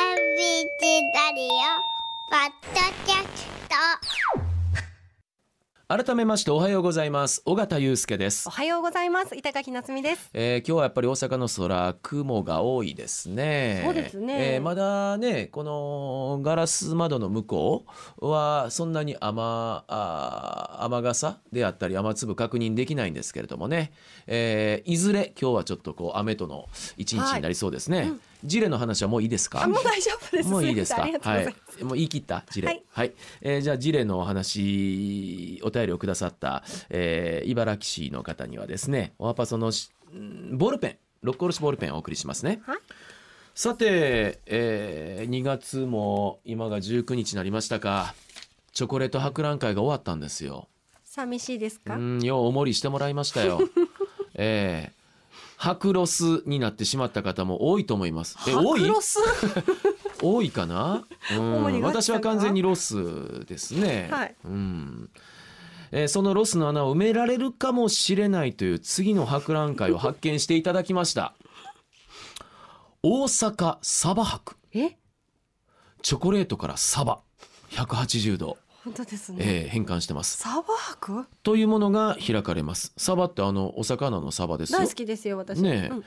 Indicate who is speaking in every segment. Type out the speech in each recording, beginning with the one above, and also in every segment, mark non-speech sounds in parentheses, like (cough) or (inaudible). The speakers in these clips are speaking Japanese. Speaker 1: チラリオポッドキャスト
Speaker 2: 改めましておはようございます尾形祐介です
Speaker 3: お、はようございます板垣夏美です
Speaker 2: えー、今日はやっぱり大阪の空雲が多いですね
Speaker 3: そうですね
Speaker 2: えーまだねこのガラス窓の向こうはそんなに雨あー雨傘であったり雨粒確認できないんですけれどもね、えーいずれ今日はちょっとこう雨との一日になりそうですね、ジレの話はもういいですか
Speaker 3: あもう大丈夫 (laughs) です
Speaker 2: もういいですか。
Speaker 3: ありがとうございます、
Speaker 2: はい。もう言い切った事例。は
Speaker 3: はいい。
Speaker 2: えーじゃあ事例のお話お便りをくださった、えー茨城市の方にはですね、おはパソのしんボールペン、ロックおろしボールペンをお送りしますね。
Speaker 3: はい
Speaker 2: さて、えー2月も今が19日になりましたか。チョコレート博覧会が終わったんですよ。
Speaker 3: 寂しいです
Speaker 2: う
Speaker 3: か
Speaker 2: ん、ようおもりしてもらいました
Speaker 3: (laughs)
Speaker 2: よ。えー白ロスになってしまった方も多いと思います。え、多い
Speaker 3: 白ロス
Speaker 2: 多いかな、う
Speaker 3: 主に
Speaker 2: ん、
Speaker 3: ガチ
Speaker 2: 私
Speaker 3: さん
Speaker 2: は
Speaker 3: が
Speaker 2: 完全にロスですね、
Speaker 3: はい
Speaker 2: うんえーそのロスの穴を埋められるかもしれないという次の博覧会を発見していただきました大阪サバ博
Speaker 3: え
Speaker 2: チョコレートからサバ180度、
Speaker 3: 本当ですね、
Speaker 2: えー変換してます
Speaker 3: サバ博
Speaker 2: というものが開かれますサバってあのお魚のサバですよ
Speaker 3: 大好きですよ私
Speaker 2: ねえ
Speaker 3: うん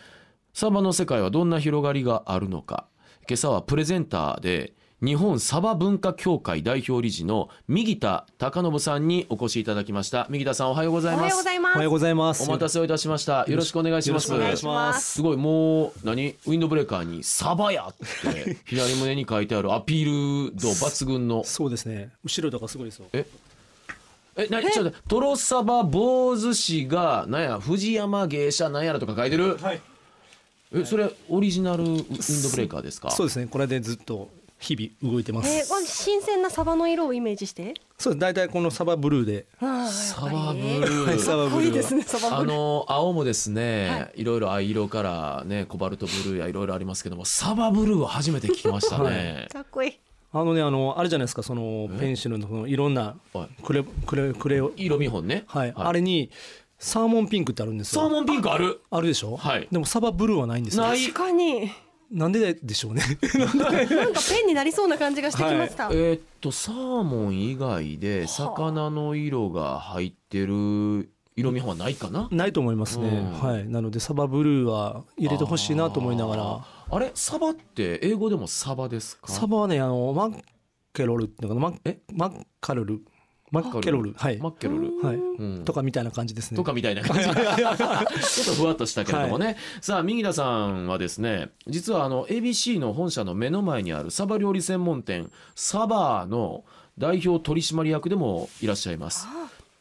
Speaker 2: サバの世界はどんな広がりがあるのか今朝はプレゼンターで日本サバ文化協会代表理事の右田貴信さんにお越しいただきました右田さんおはようござい
Speaker 3: おは
Speaker 2: ま
Speaker 3: ようご
Speaker 2: す
Speaker 3: ざいま
Speaker 4: お
Speaker 3: す
Speaker 4: はようございます。
Speaker 2: お待たせをいたしましたよろしくお願いします
Speaker 4: よろくお願いし
Speaker 3: お願いしま
Speaker 4: ますす。
Speaker 2: すごいもう何ウィンドブレーカーに「サバや!」って左胸に書いてあるアピール度抜群の
Speaker 4: そうですね。後ろとかすごいですよ。
Speaker 2: えなちょっとトロサバ坊主氏がなんや藤山芸者なんやらとか書いてる、
Speaker 4: はい。
Speaker 2: えそれオリジナルウィンドブレーカーですか
Speaker 4: そうですね。これでずっと日々動いてます。
Speaker 3: えーわ新鮮なサバの色をイメージして
Speaker 4: そうです。大体このサバブルーで。
Speaker 2: サバブル
Speaker 4: は
Speaker 2: ー
Speaker 4: いサバ
Speaker 3: かっこ
Speaker 4: ブ
Speaker 3: い
Speaker 4: ル
Speaker 3: いで
Speaker 4: ー
Speaker 3: す
Speaker 4: は。
Speaker 3: ねサバ
Speaker 2: あ
Speaker 3: ブルー
Speaker 2: の青もですね、い、ろいろ藍色からねコバルトブルーやいろいろありますけどもサバブルーは初めて聞きましたね、
Speaker 3: かっこいい
Speaker 4: あのね、あの、あれじゃないですか、そのペンシルのそのいろんな
Speaker 2: は
Speaker 4: クレ、クレ、クレを。
Speaker 2: 色見本ね、
Speaker 4: はい。あれにサーモンピンクってあるんです
Speaker 2: サー
Speaker 4: よ。
Speaker 2: モンピンクある
Speaker 4: あるでしょ
Speaker 2: はい
Speaker 4: でもサバブルーはないんですよ。
Speaker 2: ない
Speaker 3: 確かに
Speaker 4: なんででしょう
Speaker 2: (laughs)
Speaker 4: ね。
Speaker 3: なんかペンになりそうな感じがしてきました、
Speaker 2: えーっとサーモン以外で魚の色が入ってる色見本はないかな、
Speaker 4: ないと思いますね。
Speaker 2: うん
Speaker 4: はい。なのでサバブルーは入れてほしいなと思いながら。
Speaker 2: あーあれサバって英語でもサバですか
Speaker 4: サバはね、あの、マッケロルっていうのかな、マッ
Speaker 2: え
Speaker 4: マッカロル。マッケロル。はい。
Speaker 2: マッケロル、
Speaker 4: はい。
Speaker 2: うん
Speaker 4: とかみたいな感じですね。
Speaker 2: とかみたいな感じ (laughs) ちょっとふわっとしたけれどもね、さあ右田さんはですね実はあの ABC の本社の目の前にあるサバ料理専門店サバーの代表取締役でもいらっしゃいます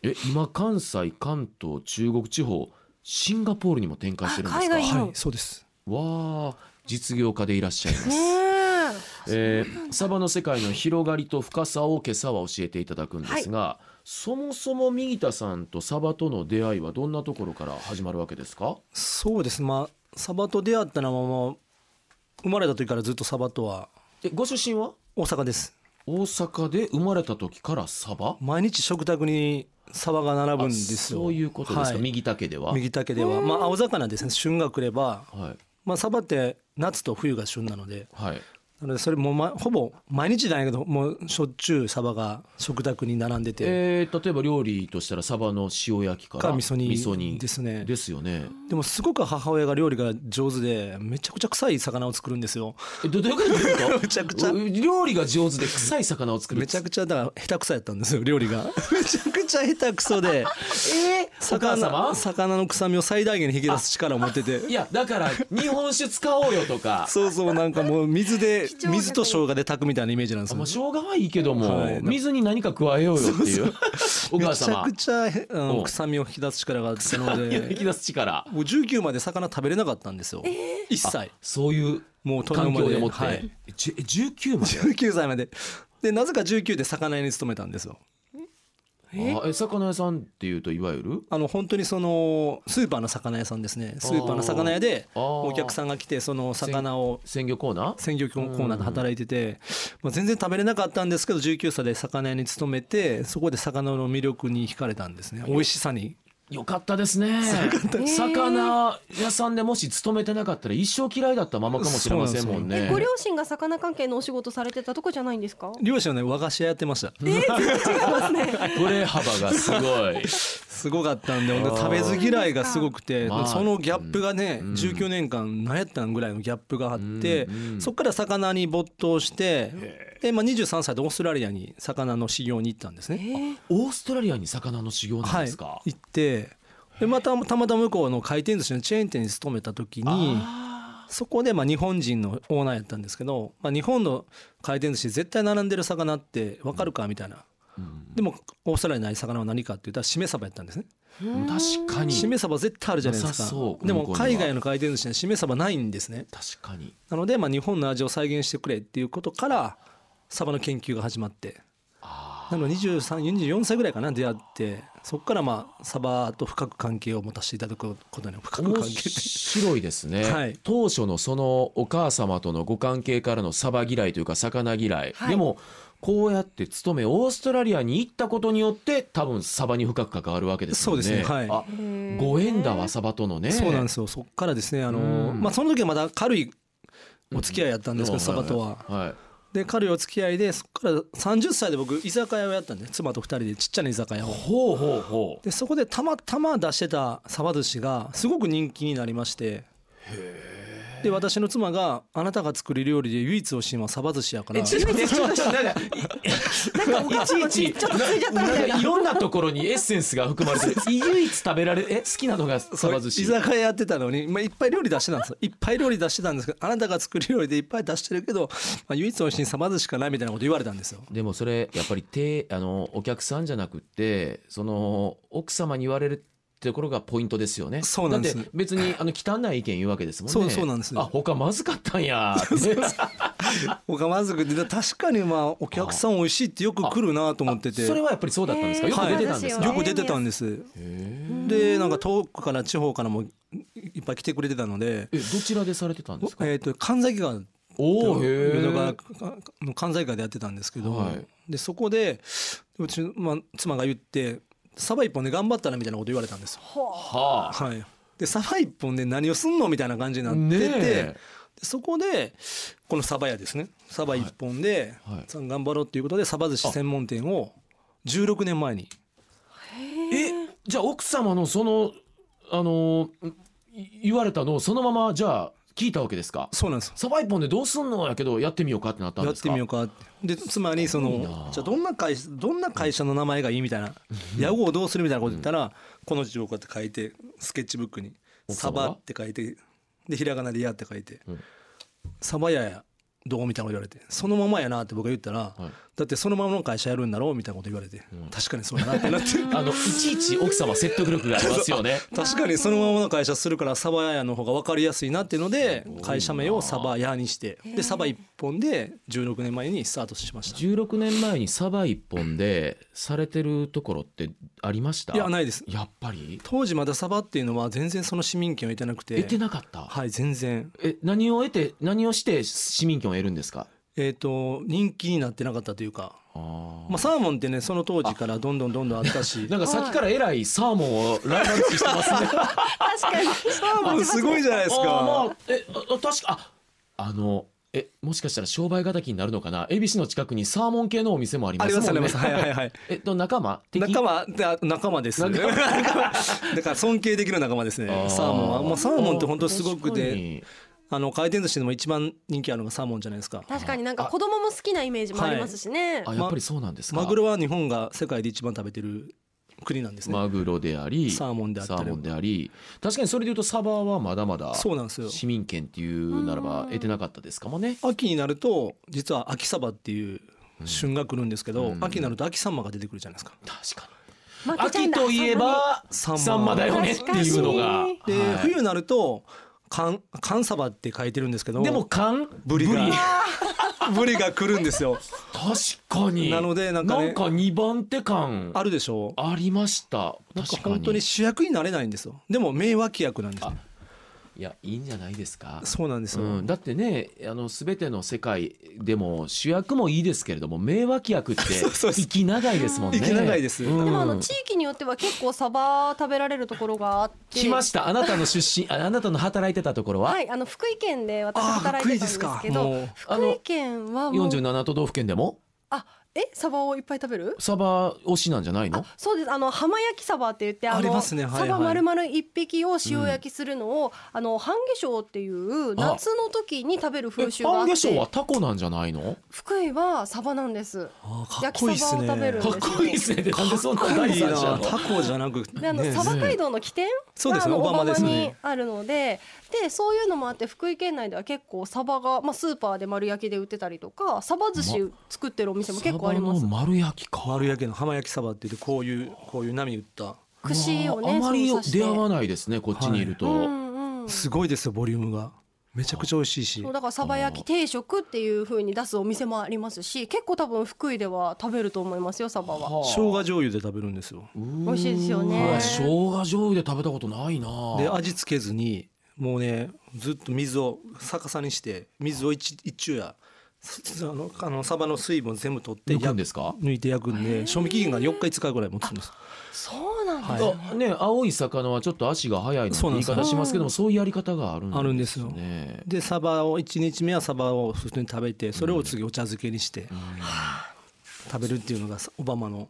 Speaker 2: え今関西関東中国地方シンガポールにも展開してるんですか
Speaker 3: あ海外
Speaker 4: はい、そうです。
Speaker 2: わあ実業家でいらっしゃいます
Speaker 3: ねえ
Speaker 2: えーサバの世界の広がりと深さを今朝は教えていただくんですが、そもそも右田さんとサバとの出会いはどんなところから始まるわけですか
Speaker 4: そうです。まあ、サバと出会ったのは、まあ、生まれた時からずっとサバとは
Speaker 2: えご出身は
Speaker 4: 大阪です。
Speaker 2: 大阪で生まれた時からサバ
Speaker 4: 毎日食卓にサバが並ぶんですよ。
Speaker 2: あそういうことですか、
Speaker 4: はい、
Speaker 2: 右田家では、
Speaker 4: 右竹では。まあ、青魚ですね。旬が来れば、
Speaker 2: はい
Speaker 4: まあ、サバって夏と冬が旬なので、
Speaker 2: はい、
Speaker 4: なのでそれも、ま、ほぼ毎日じゃないけど、もうしょっちゅうサバが食卓に並んでて。
Speaker 2: えー例えば料理としたらサバの塩焼きから
Speaker 4: か味噌煮
Speaker 2: 煮
Speaker 4: ですね
Speaker 2: ですよね
Speaker 4: でもすごく母親が料理が上手でめちゃくちゃ臭い魚を作るんですよ
Speaker 2: えどどういうことですか
Speaker 4: (laughs) めちゃくちゃ
Speaker 2: う料理が上手で臭い魚を作る
Speaker 4: めちゃくちゃだから下手くそやったんですよ
Speaker 2: (laughs)
Speaker 4: 料理がめちゃくちゃ下手くそ
Speaker 2: え
Speaker 4: で
Speaker 2: ーお母様
Speaker 4: 魚魚の臭みを最大限に引き出す力を持ってて
Speaker 2: いやだから日本酒使おうよとか
Speaker 4: そうそうなんかもう水で
Speaker 3: 重な
Speaker 4: 水と生姜で炊くみたいなイメージなんです
Speaker 2: あ
Speaker 4: よ
Speaker 2: まあ、
Speaker 4: め
Speaker 2: 生
Speaker 4: ち
Speaker 2: 姜はいいけども、
Speaker 4: はい
Speaker 2: 水に何か加えようよっていう (laughs) お母
Speaker 4: ゃ
Speaker 2: 様
Speaker 4: くちゃへあ
Speaker 2: うん
Speaker 4: の臭みを引き出す力があったの
Speaker 2: 引き
Speaker 4: で
Speaker 2: 出す力
Speaker 4: もう19まで魚食べれなかったんですよ一切
Speaker 2: そういう
Speaker 4: もうトラウ
Speaker 2: 環
Speaker 4: マ
Speaker 2: 境
Speaker 4: で
Speaker 2: でもって、
Speaker 4: はい (laughs)
Speaker 2: じゅ19ま
Speaker 4: 19歳まででなぜか19で魚屋に勤めたんですよ
Speaker 2: であえ魚屋さんっていうといわゆる
Speaker 4: あの本当にそのスーパーの魚屋さんですねスーパーの魚屋で
Speaker 2: あー
Speaker 4: お客さんが来てその魚を
Speaker 2: 鮮魚コーナー
Speaker 4: 鮮魚コーナーで働いてて、まあ、全然食べれなかったんですけど19歳で魚屋に勤めてそこで魚の魅力に惹かれたんですね美味しさに
Speaker 2: よかったですね
Speaker 3: ったです
Speaker 2: 魚屋さんでもし勤めてなかったら一生嫌いだったままかもしれませんもんね
Speaker 3: えご両親が魚関係のお仕事されてたとこじゃないんですか
Speaker 4: 両親はね和菓子屋やってました
Speaker 2: ブレ幅がすごい
Speaker 4: (laughs) すごかったんでほんで食べず嫌いがすごくて
Speaker 2: まあ
Speaker 4: そのギャップがね19年間何やったんぐらいのギャップがあってそっから魚に没頭してでまあ23歳でオーストラリアに魚の修行に行ったんですね。
Speaker 2: (laughs) オーストラリアに魚の修行なんですか、
Speaker 4: 行ってでまたたまたま向こうの回転寿司のチェーン店に勤めた時にそこでまあ日本人のオーナーやったんですけど、まあ、日本の回転寿司絶対並んでる魚って分かるかみたいな、でもオーストラリアにない魚は何かって言ったらしめ鯖やったんですね
Speaker 2: 確かに
Speaker 4: しめ鯖絶対あるじゃないです
Speaker 2: なさそ
Speaker 4: か
Speaker 2: う
Speaker 4: で
Speaker 2: 向こ
Speaker 4: も
Speaker 2: うには
Speaker 4: 海外の回転寿司にはしめ鯖ないんですね
Speaker 2: 確かに
Speaker 4: なのでまあ日本の味を再現してくれっていうことから鯖の研究が始まってなので23 24歳ぐらいかな出会ってそこからまあ鯖と深く関係を持たせていただくことに深く関
Speaker 2: 面
Speaker 4: 係って
Speaker 2: 白いですね、
Speaker 4: はい
Speaker 2: 当初のそのお母様とのご関係からのサバ嫌いというか魚嫌い、
Speaker 3: はい
Speaker 2: でもこうやって勤めオーストラリアに行ったことによって多分サバに深く関わるわけですよね
Speaker 4: そうですねはい
Speaker 2: あご縁だわサバとのね
Speaker 4: そうなんですすよそこからですねあの、
Speaker 2: うん
Speaker 4: まあ、その時はまだ軽いお付き合いやったんですけど、サバとは。
Speaker 2: はい
Speaker 4: で軽いお付き合いでそこから30歳で僕居酒屋をやったんで妻と2人でちっちゃな居酒屋を。
Speaker 2: ほうほうほ
Speaker 4: でそこでたまたま出してたサバ寿司がすごく人気になりましてで私の妻が「あなたが作る料理で唯一おしいのはサバ寿司やから」
Speaker 2: うちょっとちょっとなんか
Speaker 3: なんかおかしいのちちょっとついちゃったみた
Speaker 2: なん
Speaker 3: いな
Speaker 2: かいろんなところにエッセンスが含まれてる唯一食べられるえ好きなのがサバ寿司
Speaker 4: 居酒屋やってたのに、まあ、いっぱい料理出してたんですよいっぱい料理出してたんですけどあなたが作る料理でいっぱい出してるけど、まあ、唯一おいしいサバ寿司かなみたいなこと言われたんですよ。
Speaker 2: でもそれやっぱりてあのお客さんじゃなくってその奥様に言われるってところがポイントですよね。
Speaker 4: そうなんです
Speaker 2: だって別にあの汚い意見言うわけですもんね。
Speaker 4: そうそうなんです
Speaker 2: あ他まずかったんやって。
Speaker 4: 僕はまずくてで確かにまあお客さん美味しいってよく来るなと思ってて
Speaker 2: それはやっぱりそうだったんですか。
Speaker 3: え
Speaker 2: よ
Speaker 3: ー
Speaker 2: く出てたんですか。
Speaker 3: は
Speaker 4: よく出てたんですでなんか遠くから地方からもいっぱい来てくれてたので
Speaker 2: えどちらでされてたんですか。
Speaker 4: えー、と神崎川
Speaker 2: おおへ
Speaker 4: 淀川
Speaker 2: え。
Speaker 4: の関西川でやってたんですけど、
Speaker 2: はい
Speaker 4: でそこでうち、まあ、妻が言って「サバ一本で頑張ったら」みたいなこと言われたんですよ。
Speaker 2: は
Speaker 4: はい、でサバ一本で何をすんのみたいな感じにな
Speaker 2: あ。
Speaker 4: って
Speaker 2: ね
Speaker 4: て、
Speaker 2: え。
Speaker 4: でそこでこのサバ屋ですねサバ一本で、
Speaker 2: はいはい
Speaker 4: さ頑張ろうっていうことでサバ寿司専門店を16年前に
Speaker 2: えじゃあ奥様のそのあのい言われたのをそのままじゃあ聞いたわけですか。
Speaker 4: そうなんですよ
Speaker 2: サバ一本でどうすんのやけどやってみようかってなったん
Speaker 4: や
Speaker 2: で
Speaker 4: っ
Speaker 2: すか。
Speaker 4: てみようかってでつまり
Speaker 2: す
Speaker 4: そ
Speaker 2: ごいな
Speaker 4: のじゃあどんな会社どんな会社の名前がいいみたいな屋号をどうするみたいなこと言ったら、この字をこうやって書いてスケッチブックに「
Speaker 2: 奥
Speaker 4: サ
Speaker 2: 様が
Speaker 4: バ」って書いてでひらがなで「や」って書いて
Speaker 2: うん
Speaker 4: 「サバ屋やどう?」みたいなこと言われて「そのままやな」って僕が言ったら、
Speaker 2: はい
Speaker 4: だってそのままの会社やるんだろうみたいなこと言われて、確かにそうやなって (laughs) なって
Speaker 2: あのいちいち奥様説得力がありますよ (laughs) ね。
Speaker 4: 確かにそのままの会社するからサバ屋の方が分かりやすいなっていうので会社名をサバ屋にしてでサバ一本で16年前にスタートしました。
Speaker 2: 16年前にサバ一本でされてるところってありました
Speaker 4: いやないです
Speaker 2: やっぱり
Speaker 4: 当時まだサバっていうのは全然その市民権を得てなくて
Speaker 2: 得てなかった、
Speaker 4: はい全然
Speaker 2: え何を得て何をして市民権を得るんですか
Speaker 4: えっ、と人気になってなかったというか、
Speaker 2: あ
Speaker 4: まあ、サーモンってねその当時からどんどんどんどんあったし
Speaker 2: (laughs) ーなんかさっきからえらいサーモンをライバル視してます
Speaker 4: (laughs)
Speaker 2: ね
Speaker 3: 確か
Speaker 2: (laughs)
Speaker 3: に
Speaker 4: サーモンすごいじゃないです
Speaker 2: あー
Speaker 4: か
Speaker 2: まあえあ確かああのえもしかしたら商売敵になるのかな恵比寿の近くにサーモン系のお店もあり
Speaker 4: あ
Speaker 2: ます
Speaker 4: り
Speaker 2: も
Speaker 4: ま
Speaker 2: ん
Speaker 4: す
Speaker 2: ね
Speaker 4: ありますはいはいはい
Speaker 2: (laughs) えっと仲間敵
Speaker 4: 仲間だ仲間です
Speaker 2: 仲
Speaker 4: (laughs) だから尊敬できる仲間です
Speaker 2: あー
Speaker 4: ねサーモンは、まあ、サーモンって本当すごく
Speaker 2: 確か
Speaker 4: て
Speaker 2: に
Speaker 4: あの回転寿司でも一番人気あるのがサーモンじゃないですか
Speaker 3: 確かになんか子供も好きなイメージもありますしね、
Speaker 2: あやっぱりそうなんですか
Speaker 4: マグロは日本が世界で一番食べてる国なんですね
Speaker 2: マグロであり
Speaker 4: サーモンであったり
Speaker 2: サーモンであり確かにそれでいうとサバはまだまだ
Speaker 4: そうなんですよ
Speaker 2: 市民権っていうならば得てなかったですかもね。
Speaker 4: 秋になると実は秋サバっていう旬が来るんですけど、秋になると秋サンマが出てくるじゃないですか。
Speaker 2: 確か
Speaker 3: 負
Speaker 2: に
Speaker 3: けちゃう
Speaker 2: 秋
Speaker 3: んだ
Speaker 2: といえば
Speaker 4: サンマ
Speaker 2: サンマだよねっていうのが
Speaker 3: 確。
Speaker 4: で、
Speaker 2: はい
Speaker 4: 冬になると寒寒サバって書いてるんですけど
Speaker 2: でも缶
Speaker 4: ブリがブリが来るんですよ。
Speaker 2: 確かに
Speaker 4: なのでなんかね
Speaker 2: なんか二番手感
Speaker 4: (laughs) あるでしょう。
Speaker 2: ありました
Speaker 4: なんか
Speaker 2: 確か
Speaker 4: 本当に
Speaker 2: に
Speaker 4: 主役になれないんですよ。でも名脇役なんですね。
Speaker 2: いやいいんじゃないですか
Speaker 4: そうなんですよ、
Speaker 2: うん、だってねあの全ての世界でも主役もいいですけれども名脇役って
Speaker 4: (laughs) そうそうそう
Speaker 2: 息長いですもんね
Speaker 4: 息長いです
Speaker 2: うん
Speaker 3: でもあの地域によっては結構サバ食べられるところがあって
Speaker 2: 来ましたあなたの出身ああなたの働いてたところは、
Speaker 3: はいあの福井県で私
Speaker 4: あー
Speaker 3: 働いてたんですけ
Speaker 4: 福井
Speaker 3: ど
Speaker 4: です
Speaker 2: か
Speaker 3: 福
Speaker 2: もう
Speaker 3: 井県はもう
Speaker 2: 47都道府県でも
Speaker 3: あえサバをいっぱい食べる
Speaker 2: サバ推しなんじゃないの
Speaker 3: そうですあの浜焼きサバって言っての
Speaker 4: ありますねはいはい
Speaker 3: サバ丸々一匹を塩焼きするのを、あの半夏生っていう夏の時に食べる風習があ
Speaker 2: 半
Speaker 3: って
Speaker 2: 夏生はタコなんじゃないの
Speaker 3: 福井はサバなんです
Speaker 4: あーかっこいいっす
Speaker 3: 焼き
Speaker 4: ね
Speaker 3: そばを食べる
Speaker 2: かっこいいですねってなんでそんな第
Speaker 4: いいな
Speaker 2: 三者の
Speaker 4: タコじゃなくて
Speaker 3: であの
Speaker 4: ね
Speaker 3: サバ街道の起点
Speaker 4: そうで
Speaker 3: が
Speaker 4: す
Speaker 3: あ
Speaker 4: ね
Speaker 3: の
Speaker 4: 小
Speaker 3: 小
Speaker 4: 浜で
Speaker 3: 浜
Speaker 4: すね
Speaker 3: にあるのででそういうのもあって福井県内では結構サバが、まあ、スーパーで丸焼きで売ってたりとかサバ寿司作ってるお店も結構あります
Speaker 2: サバの丸焼きか
Speaker 4: 丸焼きの浜焼きサバって言ってこういうこういう波打った
Speaker 3: 串
Speaker 2: う
Speaker 3: を
Speaker 2: わ
Speaker 3: ね
Speaker 2: あまり
Speaker 3: そう刺して
Speaker 2: 出会わないですねこっちにいると、
Speaker 3: うんうん
Speaker 4: すごいですよボリュームがめちゃくちゃ美味しいし
Speaker 3: そうだからサバ焼き定食っていう風に出すお店もありますし結構多分福井では食べると思いますよサバは。
Speaker 2: はあ
Speaker 4: 生姜醤油で食べるんですよ
Speaker 2: 美
Speaker 3: 味しいですよね
Speaker 2: 生姜醤油で食べたことないな
Speaker 4: で味付けずにもうねずっと水を逆さにして水を一一昼夜すあのあのサバの水分を全部取って
Speaker 2: 抜くん
Speaker 4: 焼
Speaker 2: ですか
Speaker 4: 抜いて焼くんで賞味期限が4日5日ぐらい持つんです
Speaker 3: そうなんだ、
Speaker 2: あね、青い魚はちょっと足が速いなんて
Speaker 4: そう
Speaker 2: 言
Speaker 4: なん
Speaker 2: い
Speaker 4: ですよ
Speaker 2: 方しますけどもそういうやり方があるんですね
Speaker 4: あるんですよでサバを1日目はサバを普通に食べてそれを次お茶漬けにして、食べるっていうのがさオバマの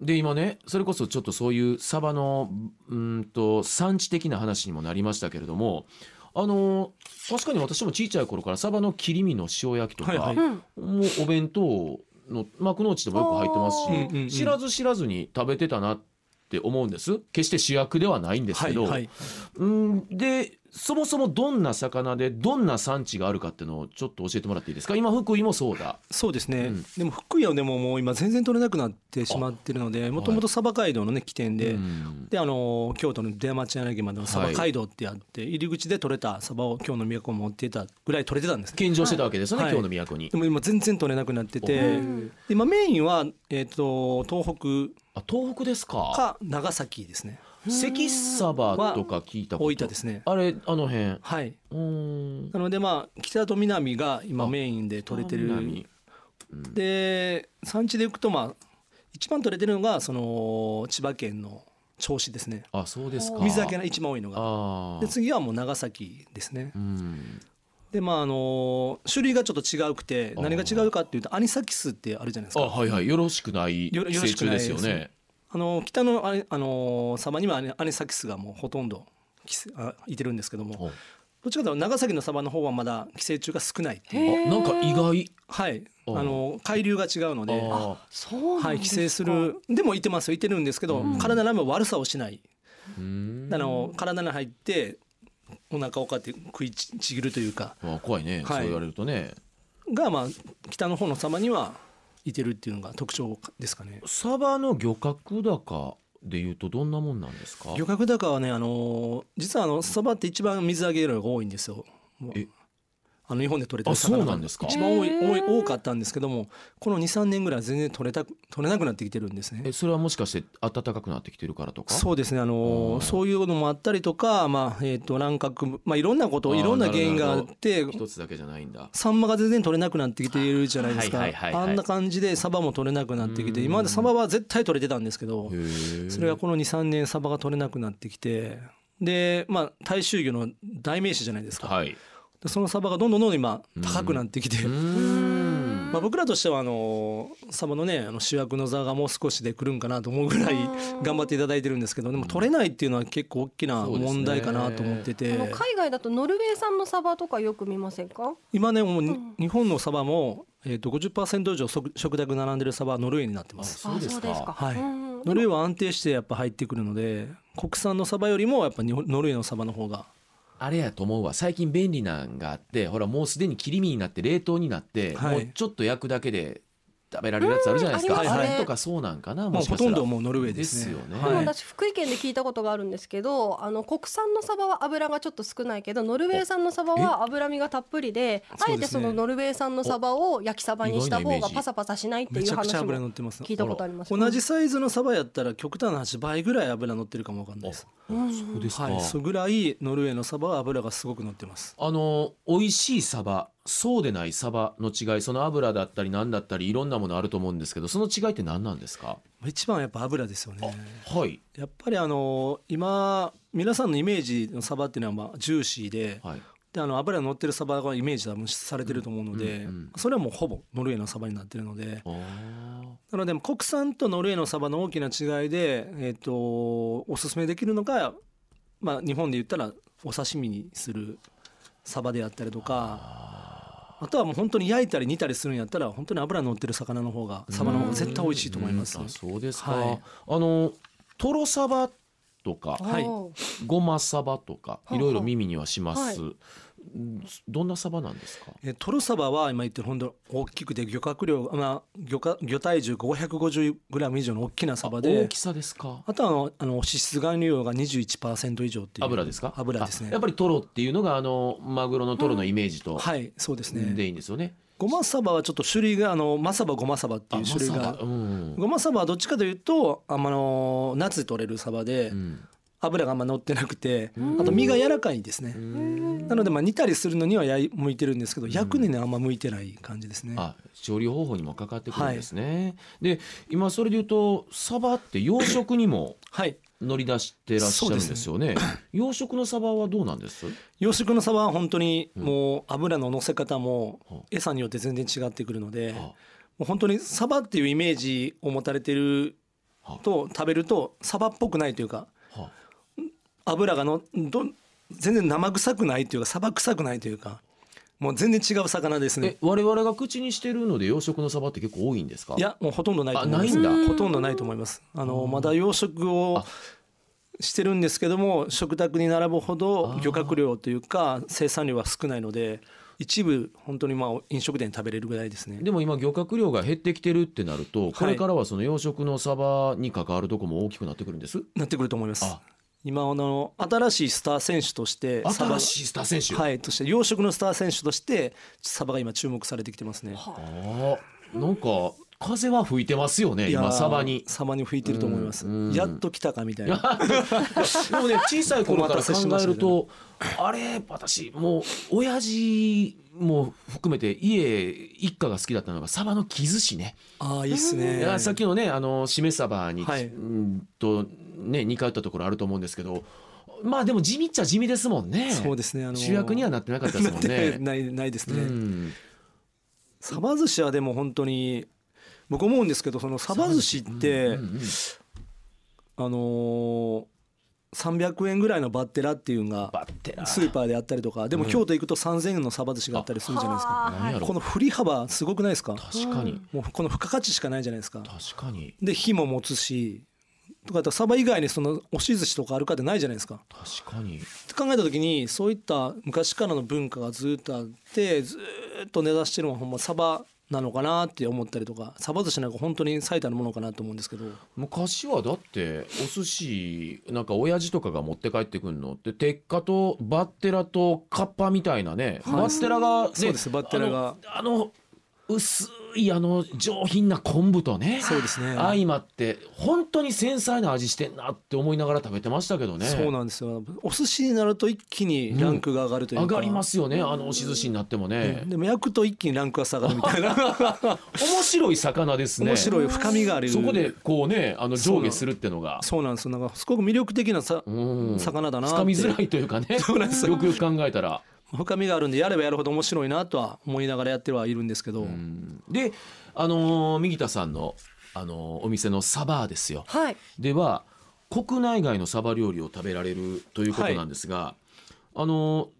Speaker 2: で今ねそれこそちょっとそういうサバのうーんと産地的な話にもなりましたけれどもあの確かに私も小さい頃からサバの切り身の塩焼きとか、
Speaker 4: はいはい
Speaker 3: うん、
Speaker 2: もうお弁当の幕の内でもよく入ってますし、
Speaker 3: あ
Speaker 4: ーうんうんうん
Speaker 2: 知らず知らずに食べてたなって思うんです決して主役ではないんですけど、
Speaker 4: はい
Speaker 2: うんでそもそもどんな魚でどんな産地があるかっていうのをちょっと教えてもらっていいですか今福井もそうだ
Speaker 4: そうですね、
Speaker 2: うん
Speaker 4: でも福井はでももう今全然取れなくなってしまってるのでもともとサバ街道のね起点で、
Speaker 2: うん
Speaker 4: であの京都の出町柳までのサバ街道ってあって、入り口で取れたサバを京の都に持っていたぐらい取れてたんです
Speaker 2: 献上してたわけですよね、
Speaker 4: はい
Speaker 2: 今日の都に
Speaker 4: で。も今全然取れなくなって
Speaker 2: う
Speaker 4: て
Speaker 3: ん
Speaker 4: で、まあ、メインは、えー、と東
Speaker 2: あ東北ですか
Speaker 4: 北か長崎ですね
Speaker 2: 関サバとか聞いたこと
Speaker 4: 大分ですね
Speaker 2: あれあの辺う
Speaker 4: はい
Speaker 2: ーん
Speaker 4: なのでまあ北と南が今メインで取れてる
Speaker 2: 南
Speaker 4: で産地で行くとまあ一番取れてるのがその千葉県の銚子ですね
Speaker 2: あそうですか
Speaker 4: 水揚げが一番多いのが
Speaker 2: ああ
Speaker 4: で次はもう長崎ですね
Speaker 2: うん
Speaker 4: でまああの種類がちょっと違うくて
Speaker 2: あー
Speaker 4: 何が違うかっていうとアニサキスってあるじゃないです
Speaker 2: あ
Speaker 4: か
Speaker 2: はいはいよろしくない
Speaker 4: よろよろ
Speaker 2: 成
Speaker 4: し
Speaker 2: 虫
Speaker 4: くない
Speaker 2: で
Speaker 4: ですす
Speaker 2: よね
Speaker 4: あの北のあれあのサバにはアニアニサキスがもうほとんど寄生あいてるんですけども
Speaker 2: お
Speaker 4: どっちかというと長崎のサバの方はまだ寄生虫が少ないっていう
Speaker 3: へ
Speaker 2: あ
Speaker 3: ー
Speaker 2: なんか意外
Speaker 4: はい
Speaker 2: あー
Speaker 4: あの海流が違うので
Speaker 2: あ
Speaker 3: そうな
Speaker 4: は
Speaker 3: ん
Speaker 4: い、
Speaker 3: で
Speaker 4: 寄
Speaker 3: すか
Speaker 4: 生するでもいてますよいてるんですけど、
Speaker 2: うん
Speaker 4: 体の悪さをしない、
Speaker 2: ーうん
Speaker 4: あの体に入ってお腹をこうやって食いちちぎるというか
Speaker 2: あ怖いね、
Speaker 4: はい
Speaker 2: そう言われるとね
Speaker 4: が、まあ、北の方の様にはいてるっていうのが特徴ですかね。
Speaker 2: サバの漁獲高でいうとどんなもんなんですか
Speaker 4: 漁獲高はね、あのー実はあのサバって一番水揚げ量が多いんですよ。もう
Speaker 2: え
Speaker 4: あの日本で取れて
Speaker 2: あ
Speaker 4: る
Speaker 2: そう
Speaker 4: 魚
Speaker 2: な
Speaker 4: が
Speaker 2: んですか
Speaker 4: 一番多い
Speaker 3: へ
Speaker 4: 多い
Speaker 3: ー
Speaker 4: 多かったんですけどもこの23年ぐらいは全然取れた取れなくなってきてるんですね
Speaker 2: え。それはもしかして暖かくなってきてるからとか
Speaker 4: そうですね、あのー
Speaker 2: うん
Speaker 4: そういうのもあったりとか、まあえー、と乱獲、まあ、いろんなこと
Speaker 2: あー
Speaker 4: いろんな原因があって
Speaker 2: 一つだけじゃないんだ
Speaker 4: サンマが全然取れなくなってきているじゃないですか、
Speaker 2: はいはいはいはい
Speaker 4: あんな感じでサバも取れなくなってきて
Speaker 2: うん
Speaker 4: 今までサバは絶対取れてたんですけど
Speaker 2: へえ
Speaker 4: それがこの23年サバが取れなくなってきてで、まあ、大衆魚の代名詞じゃないですか、
Speaker 2: はい
Speaker 4: でそのサバがどんどんどんどん今
Speaker 2: うん
Speaker 4: 高くなってきて、
Speaker 2: うーん
Speaker 4: まあ、僕らとしてはあのサバのねあの主役の座がもう少しで来るんかなと思うぐらい頑張っていただいてるんですけどでも取れないっていうのは結構大きな
Speaker 2: そうですね
Speaker 4: 問題かなと思ってて、
Speaker 3: あの海外だとノルウェー産のサバとかよく見ませんか
Speaker 4: 今ねもうに
Speaker 3: うん
Speaker 4: 日本のサバも、えー、と50%以上食食卓並んでるサバはノルウェーになってま
Speaker 2: あ
Speaker 4: す。
Speaker 2: そうですか
Speaker 3: あそうですか
Speaker 4: はい
Speaker 3: うん
Speaker 4: ノルウェーは安定してやっぱ入ってくるので国産のサバよりもやっぱ日本ノルウェーのサバの方が
Speaker 2: あれやと思うわ最近便利なんがあってほらもうすでに切り身になって冷凍になって、
Speaker 4: はい
Speaker 2: もうちょっと焼くだけで食べられるやつあるじゃないですか
Speaker 3: うん
Speaker 4: あります
Speaker 2: あ
Speaker 4: ね
Speaker 2: れとかそうなんかな
Speaker 4: ま
Speaker 2: も
Speaker 4: あ、
Speaker 2: しか
Speaker 4: ほ
Speaker 2: した
Speaker 4: と
Speaker 2: ら
Speaker 4: んどもうノルウェーですね
Speaker 2: ですよね
Speaker 3: でも
Speaker 4: はい、
Speaker 3: 私福井県で聞いたことがあるんですけどあの国産のサバは脂がちょっと少ないけどノルウェー産のサバは脂身がたっぷりで
Speaker 4: そうです
Speaker 3: あ
Speaker 4: ね
Speaker 3: えてそのノルウェー産のサバを焼きサバにした
Speaker 2: 意外なイメ
Speaker 3: 方
Speaker 2: ー
Speaker 3: が
Speaker 2: ジ
Speaker 3: パサパサしないって
Speaker 4: め
Speaker 3: い
Speaker 4: ち
Speaker 3: う
Speaker 4: ゃくちゃ
Speaker 3: 話も
Speaker 4: 脂乗ってます
Speaker 3: 聞いたことあります
Speaker 4: 同じサイズのサバやったら極端な話倍ぐらい脂乗ってるかもわかんないです
Speaker 3: うん
Speaker 2: そうですか、
Speaker 4: はい、それぐらいノルウェーのサバは油がすごく乗ってます。
Speaker 2: あの美味しいサバそうでないサバの違いその油だったり何だったりいろんなものあると思うんですけどその違いって何なんですか
Speaker 4: 一番はやっぱ油ですよね。
Speaker 2: はい
Speaker 4: やっぱりあの今皆さんのイメージのサバっていうのはまあジューシーで、
Speaker 2: はい
Speaker 4: であの油が乗ってるサバがイメージ多分されてると思うの
Speaker 2: う
Speaker 4: で、
Speaker 2: んうんうん
Speaker 4: それはもうほぼノルウェーのサバになってるので、
Speaker 2: あー
Speaker 4: なので国産とノルウェーのサバの大きな違いで、えっ、とおすすめできるのがまあ日本で言ったらお刺身にするサバであったりとか。あとはもう本当に焼いたり煮たりするんやったら本当に油乗ってる魚の方がサバの方が絶対美味しいと思います
Speaker 2: うんあそうですか、
Speaker 4: はい
Speaker 2: あのトロサバとか
Speaker 4: はい
Speaker 3: おー
Speaker 2: ごまサバとか
Speaker 3: あ
Speaker 2: いろいろ耳にはします、
Speaker 3: は
Speaker 2: うんどんなサバなんですか
Speaker 4: えートロサバは今言ってる本当大きくて漁獲量、まあ、漁獲魚体重 550g 以上の大きなサバ
Speaker 2: あ
Speaker 4: で
Speaker 2: 大きさですか
Speaker 4: あとはあのあの脂質含有量が21%以上っていう
Speaker 2: 油ですか
Speaker 4: 油です
Speaker 2: あ
Speaker 4: ね
Speaker 2: やっぱりトロっていうのがあのマグロのトロのイメージと、
Speaker 4: はいそうです
Speaker 2: で
Speaker 4: ね
Speaker 2: いいんですよね
Speaker 4: ごまサバはちょっと種類があのマサバごまサバっていう種類
Speaker 2: まあサ
Speaker 4: が
Speaker 2: バうん
Speaker 4: ごまサバはどっちかというとあまああの夏取れるサバで
Speaker 2: うん
Speaker 4: 油があんま乗ってなくて
Speaker 2: うん
Speaker 4: あと身が柔らかいですね
Speaker 2: うん
Speaker 4: なのでまあ煮たりするのにはやい向いてるんですけど焼くにはあんま向いてない感じですね
Speaker 2: あ調理方法にもかかってくるんですね、で今それで言うとサバって養殖にも
Speaker 4: はい
Speaker 2: 乗り出してらっしゃるんですよね (clears throat) 養殖のサバはどうなんです
Speaker 4: 養殖のサバは本当にもう油の乗せ方も餌によって全然違ってくるので
Speaker 2: あ
Speaker 4: もう本当にサバっていうイメージを持たれてると食べるとサバっぽくないというか
Speaker 2: は
Speaker 4: 油がのど全然生臭くないというかサバ臭くないというかもう全然違う魚です
Speaker 2: え
Speaker 4: ね
Speaker 2: 我々が口にしてるので養殖のサバって結構多いんですか
Speaker 4: いやもうほとんどないと思い
Speaker 2: あないん
Speaker 4: ま
Speaker 2: だ
Speaker 4: すほとんどないと思いますあのまだ養殖
Speaker 2: あ
Speaker 4: をしてるんですけども食卓に並ぶほど漁獲量というか生産量は少ないので一部本当にまあ飲食店で食べれるぐらいですね
Speaker 2: でも今漁獲量が減ってきてるってなるとこれからはその養殖のサバに関わるとこも大きくなってくるんです、
Speaker 4: なってくると思います
Speaker 2: あ
Speaker 4: 今あの新しいスター選手としてサ
Speaker 2: 新
Speaker 4: バ
Speaker 2: しいスター選手、
Speaker 4: はいとして養殖のスター選手としてサバが今注目されてきてますね
Speaker 2: あーなんか風は吹いてますよね
Speaker 4: いやー
Speaker 2: 今サバに
Speaker 4: サバに吹いてると思います
Speaker 2: うんうん
Speaker 4: やっと来たかみたいな
Speaker 2: (laughs) でもね小さい頃か
Speaker 4: お
Speaker 2: ら
Speaker 4: 待たせしま
Speaker 2: 考
Speaker 4: し
Speaker 2: え
Speaker 4: た
Speaker 2: るとあれ私もう親父も含めて家一家が好きだったのがサバの木寿司ね、
Speaker 4: ああいいっす
Speaker 2: い
Speaker 4: ね
Speaker 2: やさっきのねあのしめサバに、
Speaker 4: はい
Speaker 2: うんとね似通ったところあると思うんですけどまあでも地味っちゃ地味ですもんね
Speaker 4: そうですねあの
Speaker 2: 主役にはなってなかったですもん
Speaker 4: (laughs) なって
Speaker 2: ね。
Speaker 4: ないないです
Speaker 2: う
Speaker 4: ね、
Speaker 2: ん、
Speaker 4: サバ寿司はでも本当に僕思うんですけどそのサバ寿司って、
Speaker 2: うんうんうん
Speaker 4: あのー、300円ぐらいのバッテラっていうのが
Speaker 2: バッテラ
Speaker 4: スーパーであったりとかでも京都行くと3000円のサバ寿司があったりするじゃないですか、
Speaker 3: はあ
Speaker 2: 何やろ
Speaker 4: この振り幅すごくないですか
Speaker 2: 確かに、
Speaker 4: もうこの付加価値しかないじゃないですか
Speaker 2: 確かに
Speaker 4: で火も持つしとかあとサバ以外にその押し寿司とかあるかってないじゃないですか
Speaker 2: 確かに
Speaker 4: って考えた時にそういった昔からの文化がずっとあってずっと根ざしてるのはほんまサバなのかなって思ったりとかサバ寿司なんか本当に最たるものかなと思うんですけど
Speaker 2: 昔はだってお寿司なんか親父とかが持って帰ってくるのって鉄火とバッテラとカッパみたいなね、バッテラが、ね、
Speaker 4: そうですバッテラが
Speaker 2: あのあの薄いあの上品な昆布とね
Speaker 4: そうですね
Speaker 2: 相まって本当に繊細な味してんなって思いながら食べてましたけどね
Speaker 4: そうなんですよお寿司になると一気にランクが上がるというか、
Speaker 2: 上がりますよねあのおし寿司になってもね、
Speaker 4: でも焼くと一気にランクが下がるみたいな
Speaker 2: 面白い魚ですね
Speaker 4: (laughs) 面白い深みがある
Speaker 2: そこでこうねあの上下するってのが
Speaker 4: そうなんですよなんかすごく魅力的なさ、
Speaker 2: うん
Speaker 4: 魚だなっ
Speaker 2: つ
Speaker 4: て
Speaker 2: かみづらいというかねよくよく考えたら。
Speaker 4: 深みがあるんでやればやるほど面白いなとは思いながらやってはいるんですけど、
Speaker 2: で、あのー、右田さんの、あのーお店のサバーですよ。
Speaker 3: はい
Speaker 2: では、国内外のサバ料理を食べられるということなんですが、あの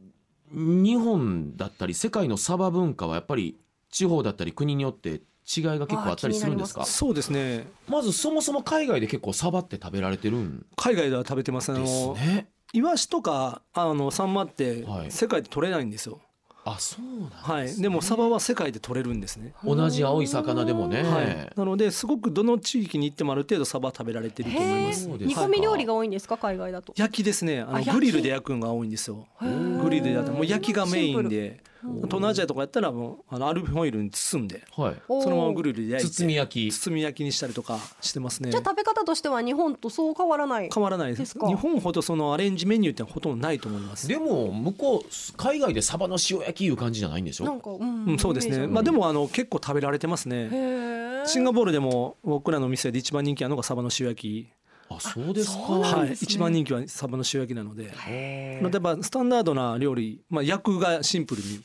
Speaker 2: ー日本だったり世界のサバ文化はやっぱり地方だったり国によって違いが結構あったりするんですか
Speaker 3: あ
Speaker 2: ま
Speaker 4: そうですね
Speaker 2: ずそもそも海外で結構サバって食べられてるん
Speaker 4: 海外では食べてますあ
Speaker 2: です
Speaker 4: の
Speaker 2: ね。
Speaker 4: イワシとかあのサンマって
Speaker 2: はい
Speaker 4: 世界で取れないんですよ、
Speaker 2: ああそうなん
Speaker 4: はい
Speaker 2: ですね
Speaker 4: でもサバは世界で取れるんですね、
Speaker 2: 同じ青い魚でもね、
Speaker 4: はい、なのですごくどの地域に行ってもある程度サバは食べられてると思い
Speaker 3: へ
Speaker 4: ま
Speaker 3: え
Speaker 4: す
Speaker 2: そうです
Speaker 3: 煮
Speaker 2: か
Speaker 3: 込み料理が多いんですか海外だと
Speaker 4: 焼きですねあ
Speaker 3: あ
Speaker 4: の
Speaker 3: 焼き
Speaker 4: グリルで焼くのが多いんですよグリルでやったらもう焼きがメインで東南アジアとかやったらもうあのアルミホイルに包んで
Speaker 2: はい
Speaker 4: そのままグ
Speaker 3: ル
Speaker 4: リルで焼いて
Speaker 2: 包み焼き
Speaker 4: 包み焼きにしたりとかしてますね
Speaker 3: じゃあ食べ方としては日本とそう変わらない
Speaker 4: 変わらないで
Speaker 3: ですすか
Speaker 4: 日本ほどそのアレンジメニューってほとんどないと思います
Speaker 2: でも向こう海外でサバの塩焼きいう感じじゃないんでし
Speaker 3: な
Speaker 2: ょ
Speaker 3: んかうん、
Speaker 4: うんそうです
Speaker 3: イメー
Speaker 4: ね
Speaker 3: ジる
Speaker 4: まあでもあの結構食べられてますね
Speaker 3: へえ
Speaker 4: シンガポールでも僕らの店で一番人気なのがサバの塩焼
Speaker 2: あそうですか
Speaker 4: き
Speaker 3: なん
Speaker 4: はい
Speaker 3: ですね
Speaker 4: 一番人気はサバの塩焼きなので例えばスタンダードな料理まあ焼くがシンプルに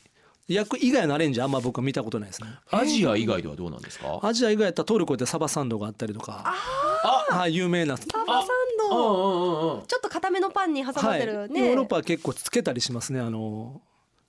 Speaker 4: 焼く以外のアレンジあんま僕は見たことないですね
Speaker 2: アジア以外ではどうなんですか
Speaker 4: アジア以外やったらトルコでサバサンドがあったりとかあはい有名な
Speaker 3: サバサン
Speaker 2: うん
Speaker 3: ド
Speaker 2: うんうんうん
Speaker 3: ちょっと固めのパンに挟ま
Speaker 4: は
Speaker 3: っ
Speaker 4: い
Speaker 3: て
Speaker 4: ヨ
Speaker 3: るね、
Speaker 4: ーロッパは結構つけたりしますねあの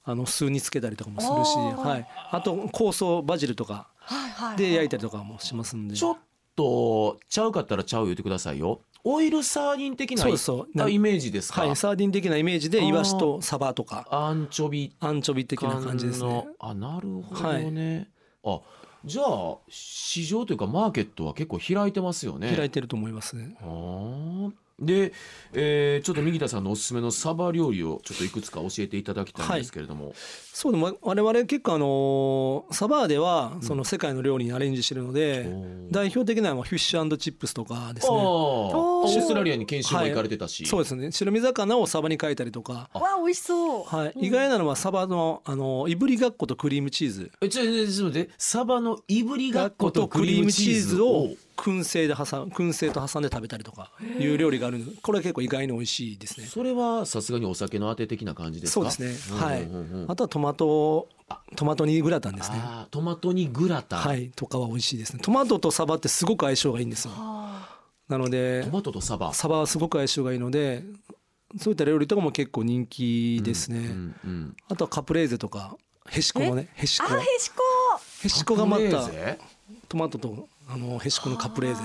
Speaker 4: あの酢につけたりとかもするし、
Speaker 3: あー
Speaker 4: はい、あと香草バジルとか
Speaker 3: はいはいはい
Speaker 4: で焼いたりとかもしますんで
Speaker 2: ちょっとちゃうかったらちゃう言ってくださいよオイルサーディン的な
Speaker 4: そうそう
Speaker 2: あイメージですか、
Speaker 4: はいサーディン的なイメージでイワシとサバとか
Speaker 2: アンチョビ
Speaker 4: アンチョビ的な感じですね
Speaker 2: 缶のあなるほどね、あじゃあ市場というかマーケットは結構開いてますよね
Speaker 4: 開いてると思いますね
Speaker 2: あーで、えーちょっと右田さんのおすすめのサバ料理をちょっといくつか教えていただきたいんですけれども、
Speaker 4: そうでも我々結構あのサバーではその世界の料理にアレンジしてるので、
Speaker 2: おー
Speaker 4: 代表的なのはフィッシュチップスとかです
Speaker 2: あー
Speaker 4: ね
Speaker 2: オーストラリアに研修も行かれてたし、
Speaker 4: そうですね白身魚をサバに変えたりとか、
Speaker 3: わあ美味しそう
Speaker 4: はい、意外なのはサバのあのいぶりがっことクリームチーズ
Speaker 2: えちょちょちょっと待ってサバのいぶりが
Speaker 4: が
Speaker 2: っ
Speaker 4: っ
Speaker 2: こ
Speaker 4: ことと
Speaker 2: ク
Speaker 4: ク
Speaker 2: リ
Speaker 4: リ
Speaker 2: ー
Speaker 4: ー
Speaker 2: ム
Speaker 4: ム
Speaker 2: チ
Speaker 4: チ
Speaker 2: ー
Speaker 4: ー
Speaker 2: ズ
Speaker 4: ズ
Speaker 2: を
Speaker 4: を燻製で挟む燻製と挟んで食べたりとかいう料理があるのこれは結構意外に美味しいですね。
Speaker 2: それはさすがにお酒のあて的な感じです
Speaker 4: そう
Speaker 2: か
Speaker 4: ですね。はい
Speaker 2: うんうんうんうん。
Speaker 4: あとはトマトトマト煮グラタンですね。
Speaker 2: あートマトにグラタン、
Speaker 4: はいとかは美味しいですね。トマトとサバってすごく相性がいいんですよ。なので
Speaker 2: トマトとサバ
Speaker 4: サバはすごく相性がいいので、そういった料理とかも結構人気ですね。
Speaker 2: うんうん
Speaker 4: あとはカプレーゼとかヘシコもねヘシコ
Speaker 3: あへしこ
Speaker 4: ヘシコがま
Speaker 2: カプ
Speaker 4: た
Speaker 2: レーゼ
Speaker 4: トマトとあのヘシコのカプレーゼ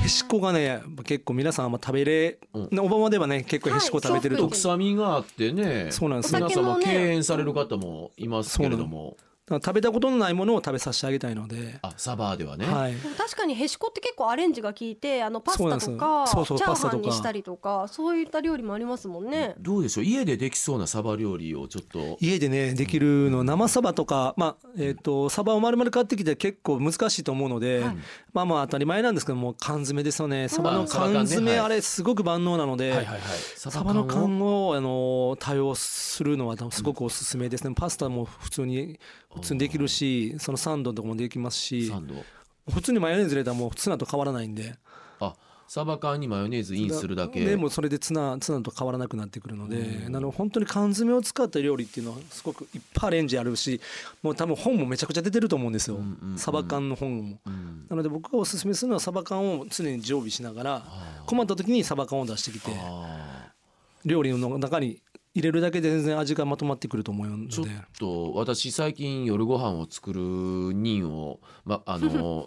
Speaker 4: ヘシコがね結構皆さんあんま食べれ、
Speaker 2: う
Speaker 4: オバマではね結構ヘシコ食べてる
Speaker 3: は
Speaker 4: と、
Speaker 3: い
Speaker 2: と臭みがあってね
Speaker 4: そうなんです
Speaker 2: 皆
Speaker 3: お酒
Speaker 2: 様
Speaker 3: もね
Speaker 2: 敬遠される方もいますけれども、
Speaker 4: だから食べたことのないものを食べさせてあげたいので、
Speaker 2: あサバではね、
Speaker 4: はい、
Speaker 3: でも確かにへしこって結構アレンジが効いてあのパス
Speaker 4: そうな
Speaker 3: タ
Speaker 4: ん
Speaker 3: と
Speaker 4: ですよ
Speaker 3: か
Speaker 4: そうそう
Speaker 3: チャー
Speaker 4: パスタ
Speaker 3: ハ
Speaker 4: と
Speaker 3: ン
Speaker 4: か
Speaker 3: にしたりとかそういった料理もありますもんね。
Speaker 2: どうでしょう家でできそうなサバ料理をちょっと
Speaker 4: 家でねできるの生サバとか、まあえっとサバを丸々買ってきて結構難しいと思うので、まあまあ当たり前なんですけども缶詰ですよねサバの
Speaker 2: サバ缶ね
Speaker 4: 缶詰、
Speaker 2: はい
Speaker 4: あれすごく万能なので、
Speaker 2: いサ
Speaker 4: サ
Speaker 2: バ
Speaker 4: バ
Speaker 2: 缶
Speaker 4: の
Speaker 2: を
Speaker 4: 缶をあの多用するのはすごくおすすめですね、パスタも普通に普通にできるしそのサンドとかもできますし
Speaker 2: サンド
Speaker 4: 普通にマヨネーズ入れたらもうツナと変わらないんで
Speaker 2: あサバ缶にマヨネーズインするだけ
Speaker 4: でもうそれでツナツナと変わらなくなってくるので、なので本当に缶詰を使った料理っていうのはすごくいっぱいアレンジあるしもう多分本もめちゃくちゃ出てると思うんですよ、サバ缶の本も、なので僕がおすすめするのはサバ缶を常に常備しながら困った時にサバ缶を出してきて
Speaker 2: あ
Speaker 4: 料理の中に入れるだけで全然味がまとまってくると思うの
Speaker 2: ーちょっ
Speaker 4: で。
Speaker 2: と私最近夜ご飯を作る任をまあの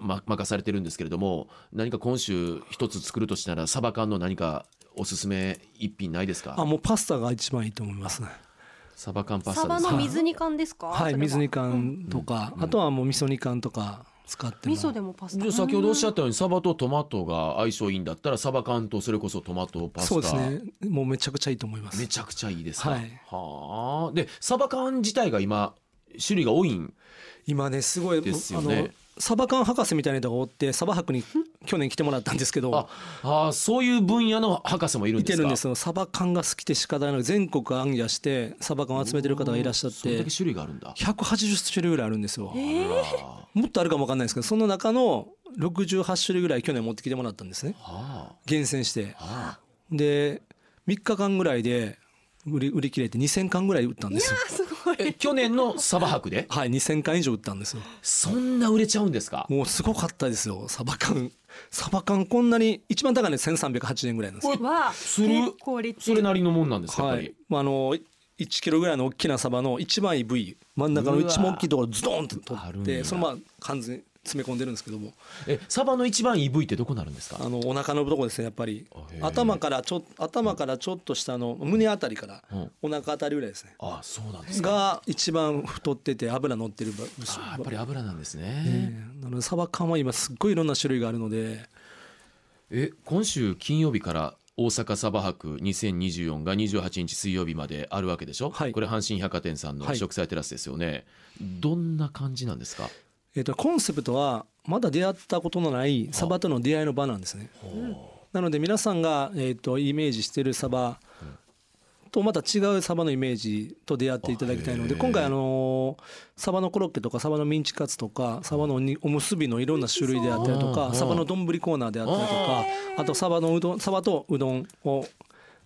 Speaker 2: ま任されてるんですけれども何か今週一つ作るとしたらサバ缶の何かおすすめ一品ないです
Speaker 4: あ
Speaker 2: か
Speaker 4: もうパスタが一番いいと思いますね。
Speaker 2: サバ缶パス
Speaker 3: サ
Speaker 2: タで
Speaker 3: バ
Speaker 2: す
Speaker 3: の
Speaker 2: か
Speaker 3: 水煮缶ですか？
Speaker 4: はい
Speaker 3: それ
Speaker 4: 水煮缶とか、あとはもう味噌煮缶とか使っても
Speaker 3: 味噌でもパス
Speaker 2: じゃ
Speaker 3: タ。
Speaker 2: あ先ほどおっしゃったようにサバとトマトが相性いいんだったらサバ缶とそれこそトマトパスタ
Speaker 4: そうですねもうめちゃくちゃいいと思いま
Speaker 2: め
Speaker 4: す。
Speaker 2: ちゃくちゃいいですか。
Speaker 4: はい
Speaker 2: はあ。で、サバ缶自体が今種類が多いん。
Speaker 4: 今ねすごい
Speaker 2: ですよ
Speaker 4: あ
Speaker 2: ね
Speaker 4: のサバ缶博士みたいな人がおってサバ
Speaker 2: (laughs)
Speaker 4: 博に去年来てもらったんですけ
Speaker 2: あ
Speaker 4: ど。、
Speaker 2: あー、そういう分野の博士もいるん
Speaker 4: い
Speaker 2: で
Speaker 4: て
Speaker 2: すか。
Speaker 4: るんですよサバ缶が好きで仕方ないので全国行脚してサバ缶を集めてる方がいらっしゃっ
Speaker 2: それだ
Speaker 4: て
Speaker 2: け種類があるん (laughs) だ。
Speaker 4: 180種類ぐらいあるんですよ
Speaker 3: えー
Speaker 2: は
Speaker 4: もっとあるかもわかんないですけどその中の68種類ぐらい去年持ってきてもらったんですね
Speaker 2: あ。
Speaker 4: 厳選して
Speaker 2: はあ。
Speaker 4: で3日間ぐらいで売り売り切れて2,000缶ぐらい売ったんですよ。
Speaker 3: あすごい。
Speaker 2: え、去年のサバ博 (laughs) で
Speaker 4: はい2,000缶以上売ったんですよ
Speaker 2: そんな売れちゃうんですか。
Speaker 4: もうすごかったですよサバ缶サバ缶こんなに一番高いの1308円ぐらいなんですよ
Speaker 3: は
Speaker 2: する
Speaker 3: 結構立
Speaker 2: それ
Speaker 3: 地。
Speaker 2: なりのもんなんですか。やっ
Speaker 4: は
Speaker 2: ぱり
Speaker 4: い。まああの1キロぐらいの大きなサバの一番いい部位真ん中の一番大きいところズドンと取
Speaker 2: ある
Speaker 4: っ
Speaker 2: んや
Speaker 4: てそのまま完全に詰め込んでるんですけども
Speaker 2: えサバの一番イブイってどこになるんですか
Speaker 4: あのお腹のとこですねやっぱり
Speaker 2: あへえ
Speaker 4: 頭からちょ頭からちょっと下の胸あたりから
Speaker 2: うん
Speaker 4: お腹あたりぐらいですね
Speaker 2: あそうなんです
Speaker 4: が一番太ってて脂乗ってる部
Speaker 2: あーやっぱり油なんですね、
Speaker 4: ねなのでサバ缶は今すっごいいろんな種類があるので
Speaker 2: え今週金曜日から大阪サバ博2024が28日水曜日まであるわけでしょ、
Speaker 4: はい
Speaker 2: これ阪神百貨店さんの
Speaker 4: はい
Speaker 2: 植栽テラスですよね、どんな感じなんですか
Speaker 4: えっとコンセプトはまだ出会ったことのないサバとの出会いの場なんですね。なので皆さんが、えっとイメージしてるサバとまた違うサバのイメージと出会っていただきたいので
Speaker 2: あへー
Speaker 4: 今回あのーサバのコロッケとかサバのミンチカツとかサバのおにおむすびのいろんな種類であったりと
Speaker 2: うん
Speaker 4: かサバの丼コーナーであったりとかあとサバのうどんサバとうどんを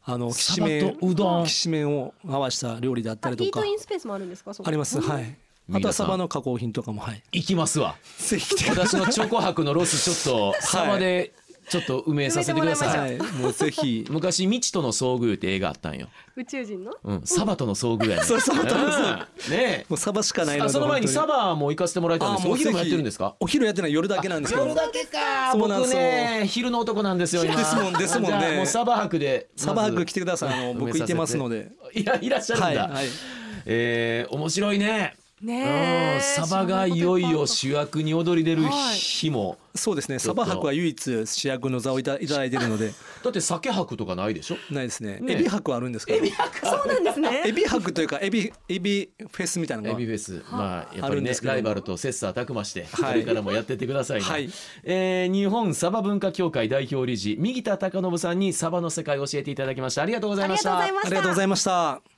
Speaker 4: あのきしめ
Speaker 2: サバ
Speaker 4: ん
Speaker 2: とうどん
Speaker 4: きしめんを合わせた料理であった
Speaker 3: あ
Speaker 4: り
Speaker 3: イ
Speaker 4: と
Speaker 3: ー
Speaker 4: か
Speaker 3: トインスペースもあるんですかそこ
Speaker 4: ありますはいあと
Speaker 2: 皆
Speaker 4: は
Speaker 2: さ
Speaker 4: サ
Speaker 2: ん
Speaker 4: バの加工品とかもはい
Speaker 2: 行きますわ
Speaker 4: ぜひ来て
Speaker 2: 私のチョコ博のロスち (laughs) ょっとサバでちょっと埋めさせてください、
Speaker 4: はい、もうぜひ。
Speaker 2: 昔未知との遭遇って映画あったんよ、
Speaker 3: 宇宙人の
Speaker 2: うん、サバとの遭遇やね
Speaker 4: そうサバとの遭
Speaker 2: うんねえ
Speaker 4: もうサバしかないの
Speaker 2: あ
Speaker 4: で。
Speaker 2: その前にサ
Speaker 4: バ
Speaker 2: バも行かせてもらいたいんですけどお昼もやってるんですか
Speaker 4: お昼やってない夜だけなんですけど。
Speaker 2: 夜だけか
Speaker 4: そうなんで
Speaker 2: 僕
Speaker 4: すよ
Speaker 2: ね昼の男なんですよ今
Speaker 4: ですもんですもんね
Speaker 2: じゃあもうサバ博で
Speaker 4: サバ
Speaker 2: まず
Speaker 4: 博来てください。あの
Speaker 2: 埋め
Speaker 4: 僕
Speaker 2: させ
Speaker 4: 行ってますので。
Speaker 2: いやいらっしゃるんだ、
Speaker 4: はいはい。
Speaker 2: えー面白いね
Speaker 3: ねえ
Speaker 2: うんサバがいよいよ主役に躍り出る日も、
Speaker 4: そうですね。
Speaker 2: ちょ
Speaker 4: サ
Speaker 2: っと
Speaker 4: バ博は唯一主役の座をいたいただいてるので
Speaker 2: だって酒博とかないでしょ
Speaker 4: ないですね。
Speaker 2: ね
Speaker 4: エビ博はあるんですけど。
Speaker 3: そうなんですね
Speaker 4: エビ博というかエビエビフェスみたいな
Speaker 2: エ
Speaker 4: の
Speaker 2: ビ
Speaker 4: が
Speaker 2: フェス、まあ、やっ
Speaker 4: あ
Speaker 2: ぱ
Speaker 4: る
Speaker 2: り
Speaker 4: んで
Speaker 2: ね、
Speaker 4: すけど
Speaker 2: ライバルと切磋琢磨して、こ
Speaker 4: はい
Speaker 2: れからもやってってくださいね。
Speaker 4: はい
Speaker 2: えー日本サバ文化協会代表理事、右田隆信さんにサバの世界を教えていただきました。ありがとうございました。
Speaker 3: ありがとうございました
Speaker 4: ありがとうございました。